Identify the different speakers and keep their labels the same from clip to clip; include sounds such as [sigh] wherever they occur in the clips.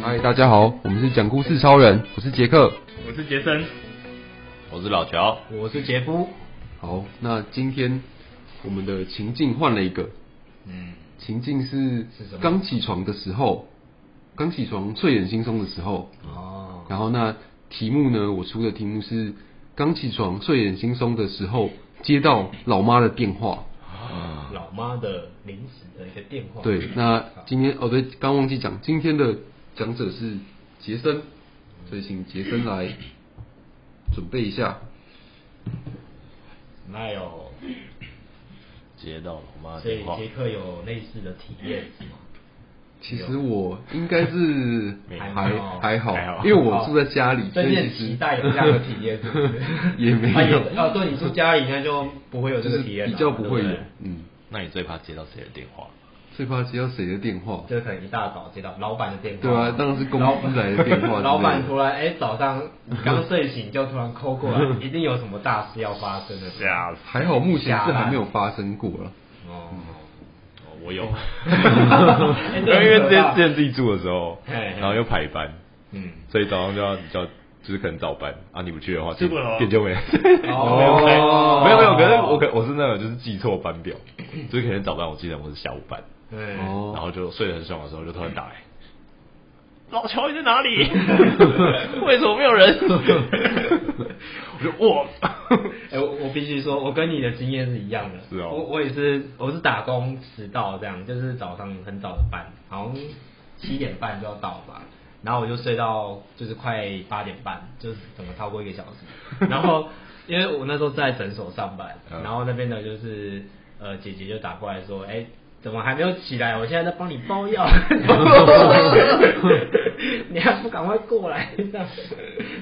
Speaker 1: 嗨，大家好，我们是讲故事超人，我是杰克。
Speaker 2: 我是杰森，我是老乔，
Speaker 3: 我是杰夫，
Speaker 1: 好，那今天我们的情境换了一个，
Speaker 2: 嗯，
Speaker 1: 情境是
Speaker 3: 是什么
Speaker 1: 刚起床的时候，刚起床睡眼惺忪的时候，
Speaker 3: 哦，
Speaker 1: 然后那题目呢，我出的题目是刚起床睡眼惺忪的时候接到老妈的电话。
Speaker 3: 老妈的临时的一个电
Speaker 1: 嗯
Speaker 3: 话，
Speaker 1: 对，那今天哦对，刚忘记讲，今天的讲者是杰森，所以请杰森来准备一下。
Speaker 3: 那有，
Speaker 2: 接到老妈的
Speaker 3: 所以
Speaker 2: 电话，
Speaker 3: 杰克有类似的体验是吗？
Speaker 1: 其实我应该是
Speaker 3: [laughs]
Speaker 2: 没
Speaker 1: 还
Speaker 2: 有
Speaker 1: 还好
Speaker 2: 还好，
Speaker 1: 因为我住在家里，
Speaker 3: 哦所以你很
Speaker 1: 其实？
Speaker 3: 期待有这样的体验，是不是
Speaker 1: [laughs] 也没有
Speaker 3: 啊哦，对，你住家里那就不会有
Speaker 1: 就
Speaker 3: 这
Speaker 1: 是
Speaker 3: 个体验
Speaker 1: 比
Speaker 3: 了，
Speaker 1: 较不会有
Speaker 3: 对对。
Speaker 1: 嗯，
Speaker 2: 那你最怕接到谁的电话？
Speaker 1: 最怕接到谁的电话？
Speaker 3: 就是可能一大早接到老板的电话，
Speaker 1: 对啊当然是公司来的电话之类的
Speaker 3: [laughs] 老板突然哎、早上刚睡醒就突然 call 过来，一定有什么大事要发生的。
Speaker 2: 吓死
Speaker 1: 还好目前是还没有发生过了。
Speaker 3: 哦，
Speaker 2: 哦我
Speaker 1: [laughs]
Speaker 2: 有，
Speaker 3: 哎
Speaker 2: [laughs] 因
Speaker 3: 这很可怕
Speaker 2: 为之前之前自己住的时候，
Speaker 3: 嘿嘿
Speaker 2: 然后又排班，
Speaker 3: 嗯，
Speaker 2: 所以早上就要就要就是可能早班啊，你不去的话，
Speaker 4: 吃不了
Speaker 2: 店就 [laughs] 没了。
Speaker 3: 哦
Speaker 2: [laughs] 没有没有，可是我可我是那种就是记错班表，就是可能早班我记得我是下午班，
Speaker 3: 对，
Speaker 1: 哦
Speaker 2: 然后就睡得很爽的时候就突然打来，老乔你在哪 [laughs] 里？为什么没有人？我就哇，
Speaker 3: [laughs] 哎、我我必须说，我跟你的经验是一样的。
Speaker 2: 是哦
Speaker 3: 我我也是，我是打工迟到这样，就是早上很早的班，好像七点半就要到吧，然后我就睡到就是快八点半，就是整个超过一个小时。然后因为我那时候在诊所上班，
Speaker 2: 嗯
Speaker 3: 然后那边的就是呃姐姐就打过来说，哎、怎么还没有起来？我现在在帮你包
Speaker 2: [laughs]
Speaker 3: 药，你还不赶快过来？这样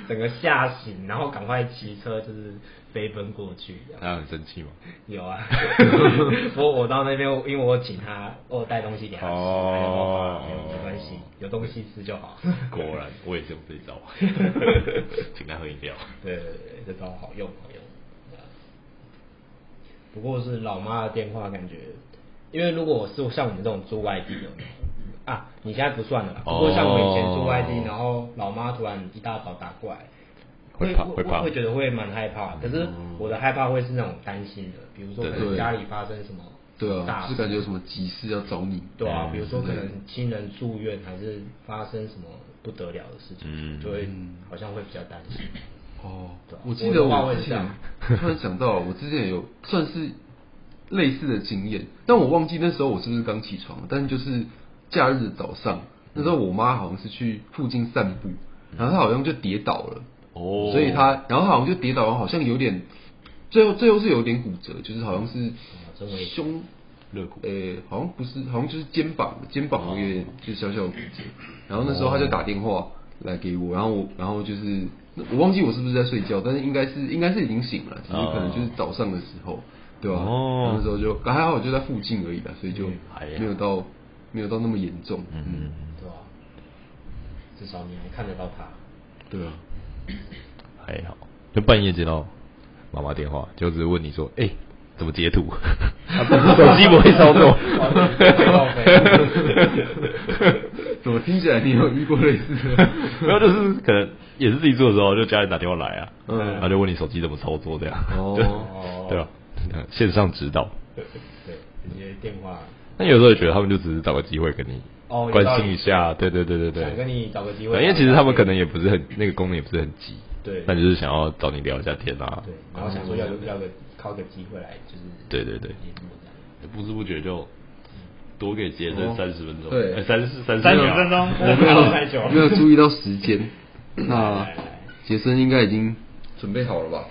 Speaker 3: 整个吓醒，然后赶快骑车就是飞奔过去。这样
Speaker 2: 他很生气吗？
Speaker 3: 有啊，
Speaker 2: [laughs]
Speaker 3: 我我到那边，因为我请他，我有带东西给他吃，
Speaker 2: 哦
Speaker 3: 他就说好没有没关系，有东西吃就好。
Speaker 2: 果然，我也是用这一 [laughs] 招，请他喝饮料。
Speaker 3: 对对对，这招好用好用。对啊不过是老妈的电话，感觉，因为如果我是像我们这种住外地的啊，你现在不算了啦。不过像我以前住外地
Speaker 2: 哦，
Speaker 3: 然后老妈突然一大早打过来，
Speaker 2: 会怕
Speaker 3: 会
Speaker 2: 会怕嗯
Speaker 3: 会觉得会蛮害怕。可是我的害怕会是那种担心的，比如说
Speaker 2: 对
Speaker 3: 可能
Speaker 1: 对
Speaker 3: 家里发生什么
Speaker 1: 对啊，
Speaker 3: 大
Speaker 1: 就
Speaker 3: 事
Speaker 1: 是感觉有什么急事要找你。
Speaker 3: 对啊
Speaker 2: 嗯，
Speaker 3: 比如说可
Speaker 1: 对
Speaker 3: 能亲人住院，还是发生什么不得了的事情，
Speaker 2: 嗯
Speaker 3: 就会好像会比较担心。
Speaker 1: 哦
Speaker 3: 对啊，
Speaker 1: 我记得
Speaker 3: 我的话
Speaker 1: 我
Speaker 3: 会
Speaker 1: 之
Speaker 3: 这
Speaker 1: 前
Speaker 3: 样
Speaker 1: [laughs] 突然想到，我之前有算是类似的经验，但我忘记那时候我是不是刚起床，但就是假日的早上，那时候我妈好像是去附近散步，然后她好像就跌倒了，
Speaker 2: 哦
Speaker 1: 所以她，然后她好像就跌倒，然后好像有点，最后最后是有点骨折，就是好像是
Speaker 3: 真危险
Speaker 1: 胸。
Speaker 2: 肋骨
Speaker 1: 呃、好像不是，好像就是肩膀，肩膀有点就是小小的骨折。然后那时候他就打电话来给我，然后我，然后就是我忘记我是不是在睡觉，但是应该是应该是已经醒了，只是可能就是早上的时候，对吧、
Speaker 2: 哦
Speaker 1: 然后那时候就还好，就在附近而已啦，所以就
Speaker 2: 还好
Speaker 1: 没有到没有到那么严重。嗯，
Speaker 3: 对啊，至少你还看得到
Speaker 2: [laughs]
Speaker 3: 他。
Speaker 1: 对啊，
Speaker 2: 还好，就半夜接到妈妈电话，就只是问你说，哎、怎么截图？啊 [laughs] 不手机不会操作
Speaker 3: 哇这个好悲。
Speaker 1: 怎么听起来你有遇过类似
Speaker 2: [laughs]
Speaker 1: 的？
Speaker 2: [laughs] 没有，就是可能也是自己做的时候，就家里打电话来啊，
Speaker 1: 嗯
Speaker 2: 然后就问你手机怎么操作这样，
Speaker 1: 哦
Speaker 2: [laughs] 对吧、嗯线上指导。
Speaker 3: 对，直接电话
Speaker 2: 那有时候也觉得他们就只是找个机会跟你
Speaker 3: 哦有
Speaker 2: 关
Speaker 3: 道
Speaker 2: 心
Speaker 3: 理
Speaker 2: 一下，对对对对对，
Speaker 3: 想跟你找个机
Speaker 2: 对
Speaker 3: 会，
Speaker 2: 因为其实他们可能也不是很那个功能也不是很急，
Speaker 3: 对
Speaker 2: 但就是想要找你聊一下天啊，
Speaker 3: 对，然后想说要要个靠个机会来就是
Speaker 2: 对对对
Speaker 3: 联络这样。
Speaker 2: 不知不觉就多给杰
Speaker 1: 哦
Speaker 2: 森三十分钟，
Speaker 1: 对
Speaker 2: 哎三十三十
Speaker 4: 三十分钟，
Speaker 1: 我
Speaker 2: [laughs]
Speaker 1: 没有
Speaker 3: 太久了
Speaker 1: 没有
Speaker 3: [laughs]
Speaker 1: 注意到时间，
Speaker 3: 哎
Speaker 1: 那杰森应该已经准备好了吧？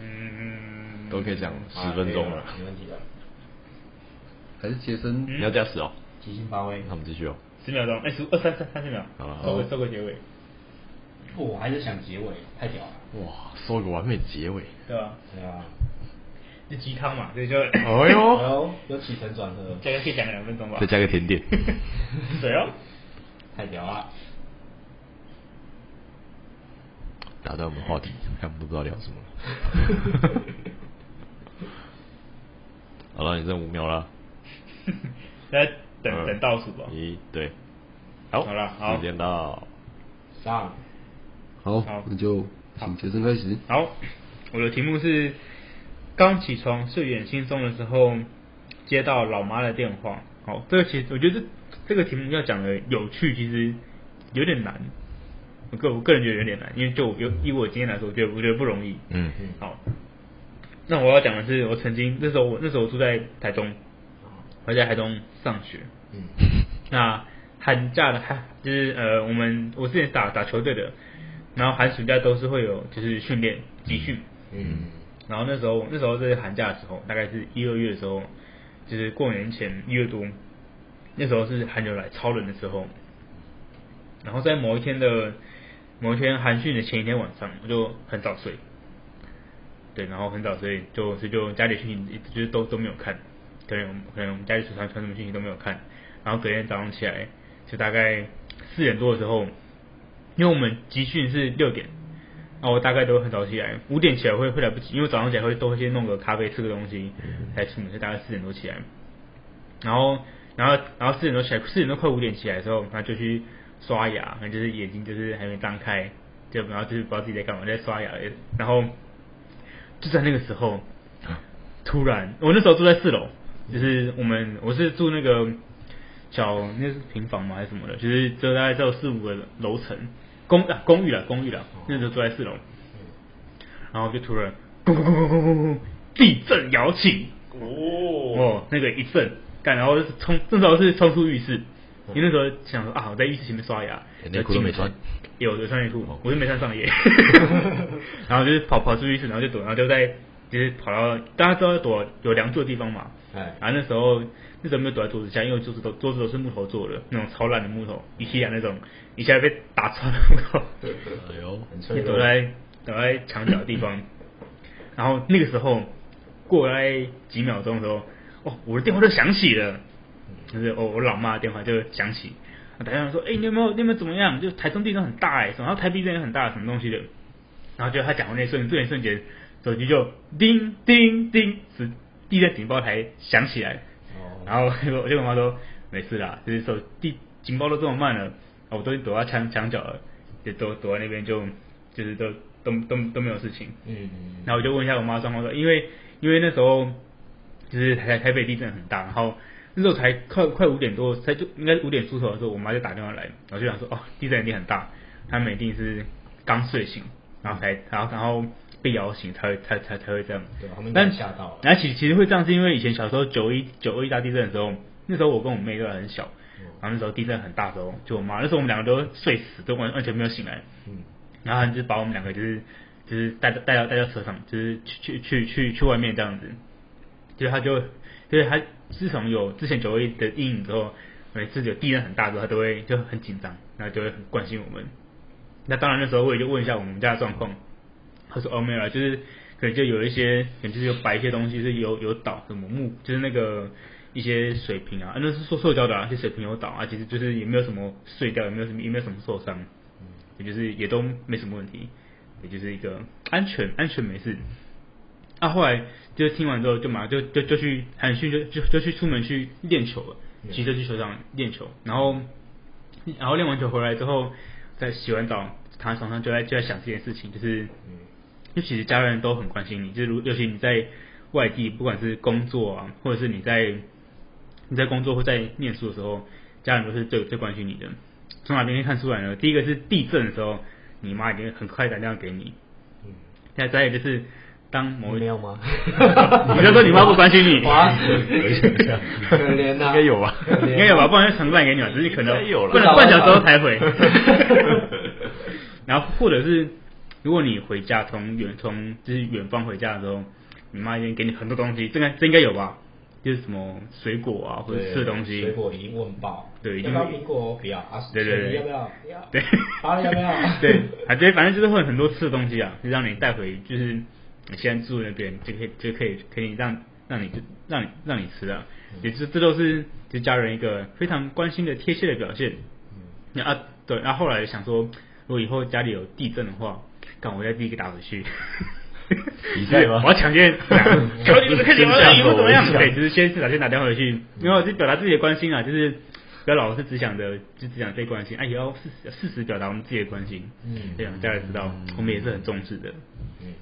Speaker 4: 嗯，
Speaker 2: 都可以讲
Speaker 3: 好
Speaker 2: 十分钟了
Speaker 3: 可以，没问题了，
Speaker 1: 还是杰森？
Speaker 4: 嗯
Speaker 2: 你要加十哦，
Speaker 3: 即兴发挥。
Speaker 2: 那我们继续哦，
Speaker 4: 十秒钟，哎，十二三三三十秒
Speaker 2: 好了，
Speaker 4: 收个收个结尾，
Speaker 3: 不，哦我还是想结尾，太屌了。
Speaker 2: 哇，收个完美结尾，
Speaker 4: 对吧？
Speaker 3: 对啊，
Speaker 4: 就鸡汤嘛，所以就
Speaker 2: 哎
Speaker 3: 哎
Speaker 2: 呦，
Speaker 3: 呦，有起承转合，
Speaker 4: 大概 [laughs] 可以讲个两分钟吧
Speaker 2: [laughs] 再，加个甜点，
Speaker 4: [laughs] 水哦，
Speaker 3: 太屌了。
Speaker 2: 打断我们话题，看我们都不知道聊什么了。好了，你剩五秒了，
Speaker 4: 那等
Speaker 2: 二
Speaker 4: 等倒数吧。
Speaker 2: 一，对，好，
Speaker 4: 好了好
Speaker 2: 时间到，
Speaker 3: 上
Speaker 1: 好
Speaker 4: 好，
Speaker 1: 那就
Speaker 4: 好
Speaker 1: 请杰森开始。
Speaker 4: 好，我的题目是刚起床睡眼惺忪的时候接到老妈的电话。好，这个其实我觉得这这个题目要讲的有趣，其实有点难。我个我个人觉得有点难，因为就我有以我经验来说，我觉得我觉得不容易。
Speaker 2: 嗯
Speaker 4: 好，那我要讲的是，我曾经那时候我那时候我住在台中，我在台中上学。
Speaker 2: [laughs]
Speaker 3: 嗯，
Speaker 4: 那寒假的寒就是呃，我们我之前打打球队的，然后寒暑假都是会有就是训练集训，
Speaker 3: 嗯，
Speaker 4: 然后那时候那时候是寒假的时候，大概是一二月的时候，就是过年前一月多，那时候是寒流来超冷的时候，然后在某一天的某一天寒训的前一天晚上，我就很早睡，对，然后很早睡，就所以就家里讯息就是都都没有看，可能我们可能我们家里传传什么讯息都没有看，然后隔天早上起来就大概四点多的时候，因为我们集训是六点，然后我大概都会很早起来，五点起来会会来不及，因为早上起来会都会先弄个咖啡吃个东西才出门，所以大概四点多起来，然后然后然后四点多起来，四点多快五点起来的时候，然后就去刷牙，然后就是眼睛就是还没张开，就然后就是不知道自己在干嘛，在刷牙，然后就在那个时候，突然我那时候住在四楼，就是我们我是住那个小那是平房吗还是什么的，就是就大概只有四五个楼层公啊公寓了公寓了，
Speaker 2: 哦
Speaker 4: 那时候住在四楼，然后就突然咕咕咕咕咕咕咕地震摇起，
Speaker 2: 哦，
Speaker 4: 哦，那个一震，干，然后就是冲，那时候是冲出浴室，因为那时候想说啊，我在浴室前面刷牙，
Speaker 2: 欸哦内裤都没穿
Speaker 4: 就进去，有有穿内裤
Speaker 2: 哦，
Speaker 4: 我就没穿上衣，然后就是跑跑出浴室，然后就躲，然后就在就是跑到大家知道躲有梁柱的地方嘛，
Speaker 3: 哎，
Speaker 2: 啊
Speaker 4: 然后那时候那时候没有躲在桌子下，因为桌子都桌子都是木头做的，那种超烂的木头，一西亚那种一下被打穿的木头，
Speaker 2: 哎呦，
Speaker 3: 很脆
Speaker 4: 你
Speaker 3: 弱
Speaker 4: 躲，在躲在墙角的地方，然后那个时候过了大概几秒钟的时候，哦，我的电话就响起了，
Speaker 3: 嗯
Speaker 4: [laughs] 就是哦，我老妈的电话就响起，打电话说，哎、你有没有你有没有怎么样？就台中地震很大哎、什么然后台北地震也很大，什么东西的，然后就他讲完那一瞬，这一瞬间手机就叮叮叮，是地震警报台响起来，
Speaker 3: 哦
Speaker 4: 然后我就跟我妈说没事啦，就是手地警报都这么慢了，啊我都已经躲到墙墙角了，就躲躲在那边就就是都都都都没有事情。
Speaker 3: 嗯，
Speaker 4: 然后我就问一下我妈状况说，因为因为那时候就是台台北地震很大，然后那时候才快快五点多，才就应该五点出头的时候，我妈就打电话来，然后就想说哦，地震一定很大，他们一定是刚睡醒，然后才然后然后被摇醒才会才才才会这样。
Speaker 3: 对他们应该
Speaker 4: 但
Speaker 3: 吓到了
Speaker 4: 然后其其实会这样，是因为以前小时候九一九二一大地震的时候，那时候我跟我妹都还很小，
Speaker 3: 嗯
Speaker 4: 然后那时候地震很大的时候，就我妈那时候我们两个都睡死，都完完全没有醒来。
Speaker 3: 嗯，
Speaker 4: 然后他就把我们两个就是就是带到带到带到车上，就是去去去去去外面这样子。就是他就就是他自从有之前九一的阴影之后，每次有地震很大之后，他都会就很紧张，然后就会很关心我们。那当然那时候我也就问一下我们家的状况，他说哦没有啦，就是可能就有一些可能就是有摆一些东西是有有倒什么木，就是那个一些水瓶啊，啊那是塑塑胶的啊，一些水瓶有倒啊，其实就是也没有什么碎掉，也没有什么也没有什么受伤，也就是也都没什么问题，也就是一个安全安全没事。啊，后来就听完之后，就马上就就就去韩训，就就就去出门去练球了，骑车去球场练球，然后然后练完球回来之后，再洗完澡躺在床上就在就在想这件事情，就是
Speaker 3: 嗯
Speaker 4: 就其实家人都很关心你，就是如尤其你在外地，不管是工作啊，或者是你在你在工作或在念书的时候，家人都是最最关心你的。从哪边可以看出来呢？第一个是地震的时候，你妈已经很快打电话给你；
Speaker 3: 嗯，
Speaker 4: 再再一个就是当某一
Speaker 3: 没有吗？
Speaker 4: 嗯 [laughs] 你就说你妈不关心你
Speaker 3: [laughs] 哇，
Speaker 2: 可
Speaker 3: 可怜呐，
Speaker 2: 应该有吧
Speaker 3: 可怜啊。
Speaker 4: 应该有吧，不然就传烂给你了，只是可能
Speaker 2: 应该有啦
Speaker 4: 不能半小时后才回然后或者是如果你回家从远从就是远方回家的时候，你妈一定给你很多东西，这个这应该有吧？就是什么水果啊，或者
Speaker 3: 对
Speaker 4: 吃的东西，
Speaker 3: 水果已经问爆，
Speaker 4: 对已
Speaker 3: 要
Speaker 4: 经
Speaker 3: 不要苹果？不要啊，
Speaker 4: 对对对
Speaker 3: 水梨要不要？不要，
Speaker 4: 对，
Speaker 3: 芭乐要不要？
Speaker 4: [laughs] 对，啊，对，反正就是会有很多吃的东西啊，就让你带回，就是你现在住的那边就可以就可以可以让让你就让你让你吃啊，
Speaker 3: 嗯
Speaker 4: 也就是这都是就家人一个非常关心的贴切的表现。
Speaker 3: 嗯
Speaker 4: 那啊，对，然、后后来想说，如果以后家里有地震的话，看我再第一个打回去。
Speaker 2: 比
Speaker 4: [laughs]
Speaker 2: 赛吗
Speaker 4: 我要抢
Speaker 2: [laughs]
Speaker 4: 先，求你们快点，我要赢或怎么样？
Speaker 2: 先下手为强
Speaker 4: 对，就是先至少先打电话回去，没有就表达自己的关心啊，就是不要老是只想着就只想被关心，哎，也要适时适时表达我们自己的关心。
Speaker 3: 嗯
Speaker 4: 对啊，大家知道我们也是很重视的。
Speaker 3: 嗯，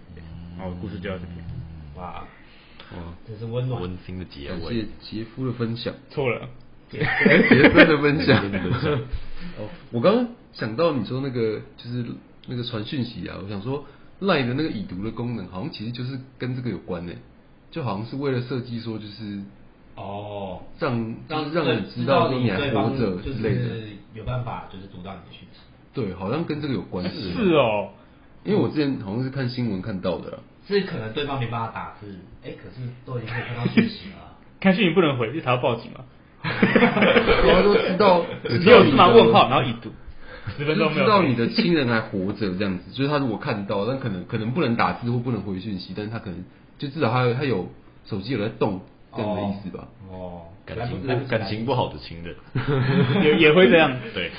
Speaker 4: 好，故事就到这边。
Speaker 3: 哇，
Speaker 1: 哇，
Speaker 3: 这是温暖。
Speaker 2: 温馨的结
Speaker 1: 感谢
Speaker 2: 尾，
Speaker 1: 杰夫的分享，
Speaker 4: 错了，
Speaker 1: 杰夫的分享
Speaker 2: 杰夫的分享。
Speaker 1: 哦，我刚刚想到你说那个就是那个传讯息啊，我想说赖的那个已读的功能，好像其实就是跟这个有关呢，就好像是为了设计说就是
Speaker 3: 哦，
Speaker 1: 让就是让
Speaker 3: 对
Speaker 1: 你知道说
Speaker 3: 你
Speaker 1: 你还
Speaker 3: 对
Speaker 1: 活
Speaker 3: 方
Speaker 1: 着
Speaker 3: 就
Speaker 1: 之类的，
Speaker 3: 是有办法就是读到你的讯息。
Speaker 1: 对，好像跟这个有关系。
Speaker 4: 是，哦，
Speaker 1: 因为我之前好像是看新闻看到的
Speaker 4: [laughs]
Speaker 1: 啦。
Speaker 3: 是可能对方没办法打字，哎、可是都已经可以看到讯息了。
Speaker 4: 看讯息不能回，是他要报警嘛？
Speaker 1: 然后都知道，知
Speaker 4: 只
Speaker 1: 道
Speaker 4: 有
Speaker 1: 你
Speaker 4: 是吗？
Speaker 1: 的
Speaker 4: 问号，然后已读，十分钟没
Speaker 1: 知
Speaker 4: 有
Speaker 1: 道
Speaker 4: 回
Speaker 1: 你的亲人还活着这样子，就是他如果看到，但可能可能不能打字或不能回讯息，但是他可能就至少他有他有手机有在动 [laughs] 这样的意思吧。
Speaker 3: 哦，
Speaker 2: 感情不感情不好的情人，
Speaker 4: 也也会这样，
Speaker 2: 对，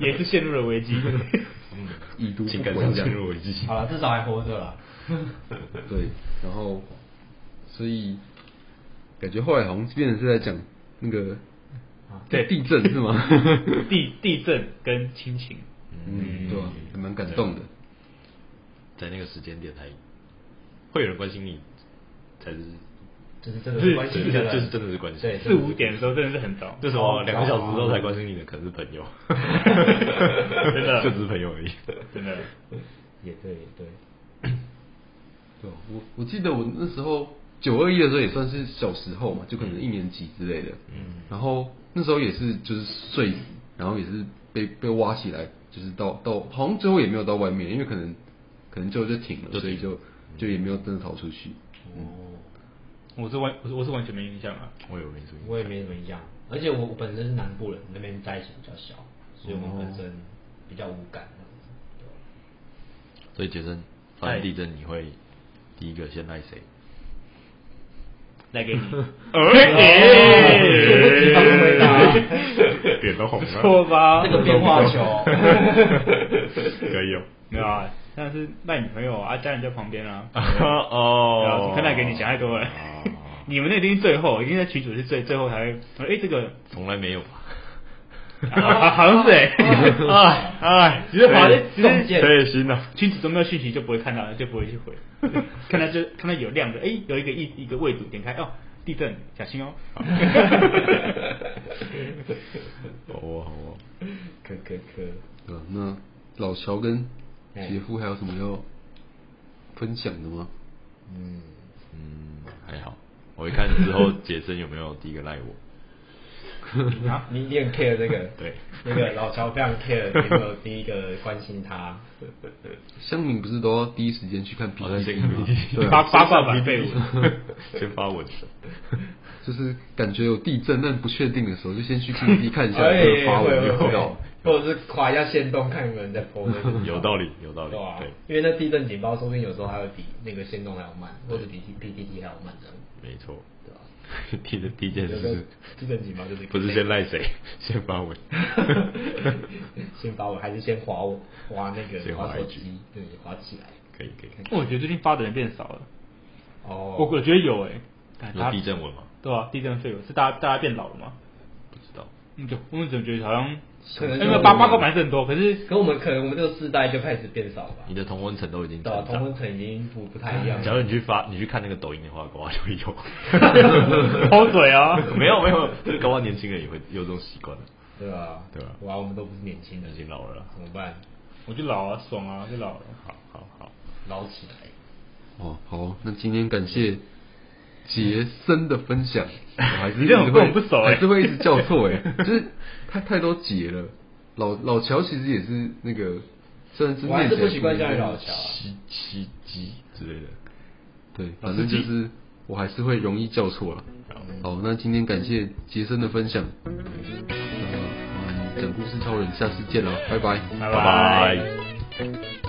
Speaker 4: 也是陷入了危机。
Speaker 1: 已读不
Speaker 2: 情感
Speaker 1: 回
Speaker 2: 上
Speaker 1: 这
Speaker 2: 陷入
Speaker 1: 样，
Speaker 2: 危机。
Speaker 3: 好了，至少还活着了。
Speaker 1: 对，然后所以感觉后来好像变成是在讲那个
Speaker 4: 对
Speaker 1: 地震是吗？
Speaker 4: [laughs] 地地震跟亲情，
Speaker 1: 嗯，对吧、还蛮感动的。
Speaker 2: 在那个时间点还会有人关心你，才是
Speaker 3: 就是真的是关心
Speaker 2: 是
Speaker 3: 你的人，
Speaker 2: 就是真的是关心
Speaker 3: 对，
Speaker 4: 四五点的时候真的是很早，
Speaker 2: 这什么两个小时之后才关心你的，可能是朋友，真
Speaker 4: 的
Speaker 2: 就只是朋友而已。
Speaker 4: 真的。
Speaker 3: 也对也对，
Speaker 1: 对，我我记得我那时候九二一的时候也算是小时候嘛，就可能一年级之类的。嗯。然后那时候也是就是睡死，然后也是被被挖起来，就是到到好像最后也没有到外面，因为可能可能最后就停了，
Speaker 2: 就停
Speaker 1: 所以就就也没有真的逃出去。
Speaker 3: 哦，
Speaker 4: 我是完，我是我是完全没印象啊。
Speaker 2: 我有没什么
Speaker 3: 我也没什么印象，而且我本身是南部人，那边在一起比较小，所以我们本身比较无感。
Speaker 2: 所以杰森发生地震，你会第一个先赖谁？
Speaker 4: 来给你，
Speaker 3: 这个回答，
Speaker 2: 脸都红
Speaker 4: 不
Speaker 2: 了，
Speaker 4: 错吧？
Speaker 3: 这个变化
Speaker 4: [laughs]
Speaker 3: 球，
Speaker 2: 可以哦。
Speaker 4: 没有啊，但是赖女朋友啊，家人在旁边啊。对啊
Speaker 2: [laughs] 哦
Speaker 4: 可能给你想太多了
Speaker 2: 哦。
Speaker 4: [laughs] 你们那一定是最后，一定在群主是最最后才会说，哎，这个
Speaker 2: [laughs] 从来没有吧？
Speaker 4: 啊好像是哎，哎哎，只是好像只
Speaker 3: 中
Speaker 4: 是
Speaker 3: 箭
Speaker 2: 可以心了。
Speaker 4: 群主都没有讯息就不会看到，就不会去回。看到就看到有亮的，哎，有一个一一个位置点开哦，地震，小心哦。
Speaker 2: 好哦，好哦。
Speaker 3: 可可可，
Speaker 1: 对吧？啊那老乔跟
Speaker 3: 哎
Speaker 1: 杰夫还有什么要分享的吗？
Speaker 3: 嗯，
Speaker 2: 嗯，还好。我一看之后，杰森有没有第一个赖我？
Speaker 3: 你你很 care 这个，
Speaker 2: 对，
Speaker 3: 那个老乔非常 care，你有没有第一个关心他？
Speaker 1: 乡民不是都要第一时间去看
Speaker 2: 好像
Speaker 1: PPT
Speaker 2: 先
Speaker 1: 吗？对
Speaker 4: 八
Speaker 1: 啊，
Speaker 4: 八卦版被我。
Speaker 2: [laughs] 先发 [laughs] 文。
Speaker 1: 就是感觉有地震但不确定的时候，就先去
Speaker 3: [laughs]
Speaker 1: PPT 看一下，
Speaker 3: 哎
Speaker 1: 这个发文
Speaker 3: 会
Speaker 1: 就
Speaker 3: 会
Speaker 1: 知道了。
Speaker 3: 或者是夸一下线动，看有没有人在 po 那个
Speaker 2: [laughs] 有道理，有道理
Speaker 3: 对啊，，
Speaker 2: 对，
Speaker 3: 因为那地震警报说不定有时候还会比那个线动还要慢，或者比 T P T T 还要慢这样，
Speaker 2: 没错。
Speaker 3: 对吧、
Speaker 2: 第一 [laughs] 第一件
Speaker 3: 有时候
Speaker 2: 事
Speaker 3: 地震警报就是
Speaker 2: 不是先赖谁， [laughs] 先发
Speaker 3: [laughs]
Speaker 2: 文。
Speaker 3: 先把我还是先划我划那个
Speaker 2: 先滑
Speaker 3: 划手
Speaker 2: IG
Speaker 3: 机，对，划起来。
Speaker 2: 可以可以，
Speaker 4: 我觉得最近发的人变少了，
Speaker 3: 哦，
Speaker 4: 我我觉得有哎，感觉
Speaker 2: 有
Speaker 4: 大
Speaker 2: 地震文吗？
Speaker 4: 对啊，地震废物是大家大家变老了吗？
Speaker 2: 不知道。
Speaker 4: 嗯，对，我们怎么觉得好像
Speaker 3: 可能
Speaker 4: 因
Speaker 3: 就
Speaker 4: 为八八卦版是很多，可是 [laughs]
Speaker 3: 可我们可能我们这个世代就开始变少了吧
Speaker 2: 你，的同温层都已经
Speaker 3: 对啊，
Speaker 2: 成
Speaker 3: 同
Speaker 2: 长。
Speaker 3: 温层已经不不太一样
Speaker 2: 假
Speaker 3: 了。
Speaker 2: 如你去发，你去看那个抖音的话，搞不好就会有。
Speaker 4: 偷嘴啊，
Speaker 2: [laughs] 没有没有，就是搞不好年轻人也会有这种习惯，
Speaker 3: 对啊，
Speaker 2: 对啊
Speaker 3: 哇，我们都不是年轻人
Speaker 2: 已，经老了啦。
Speaker 3: 怎么办？
Speaker 4: 我就老啊，爽啊，就老了。
Speaker 2: 好好好，
Speaker 3: 捞起来。
Speaker 1: 哦，好，那今天感谢杰森的分享，我还是
Speaker 4: 你这样
Speaker 1: 一直
Speaker 4: 跟我
Speaker 1: 会
Speaker 4: 不熟欸
Speaker 1: 还是会一直叫错
Speaker 3: [laughs]
Speaker 1: 哎、就是太太多杰了。老老乔其实也是那个，虽然是
Speaker 3: 我还
Speaker 1: 念
Speaker 3: 是
Speaker 1: 起来
Speaker 3: 不习惯叫你老乔啊
Speaker 2: 七七鸡之类的。
Speaker 1: 对，反正就是我还是会容易叫错了。好，那今天感谢杰森的分享，呃那我们讲故事超人下次见了，拜拜。
Speaker 4: 拜
Speaker 2: 拜拜。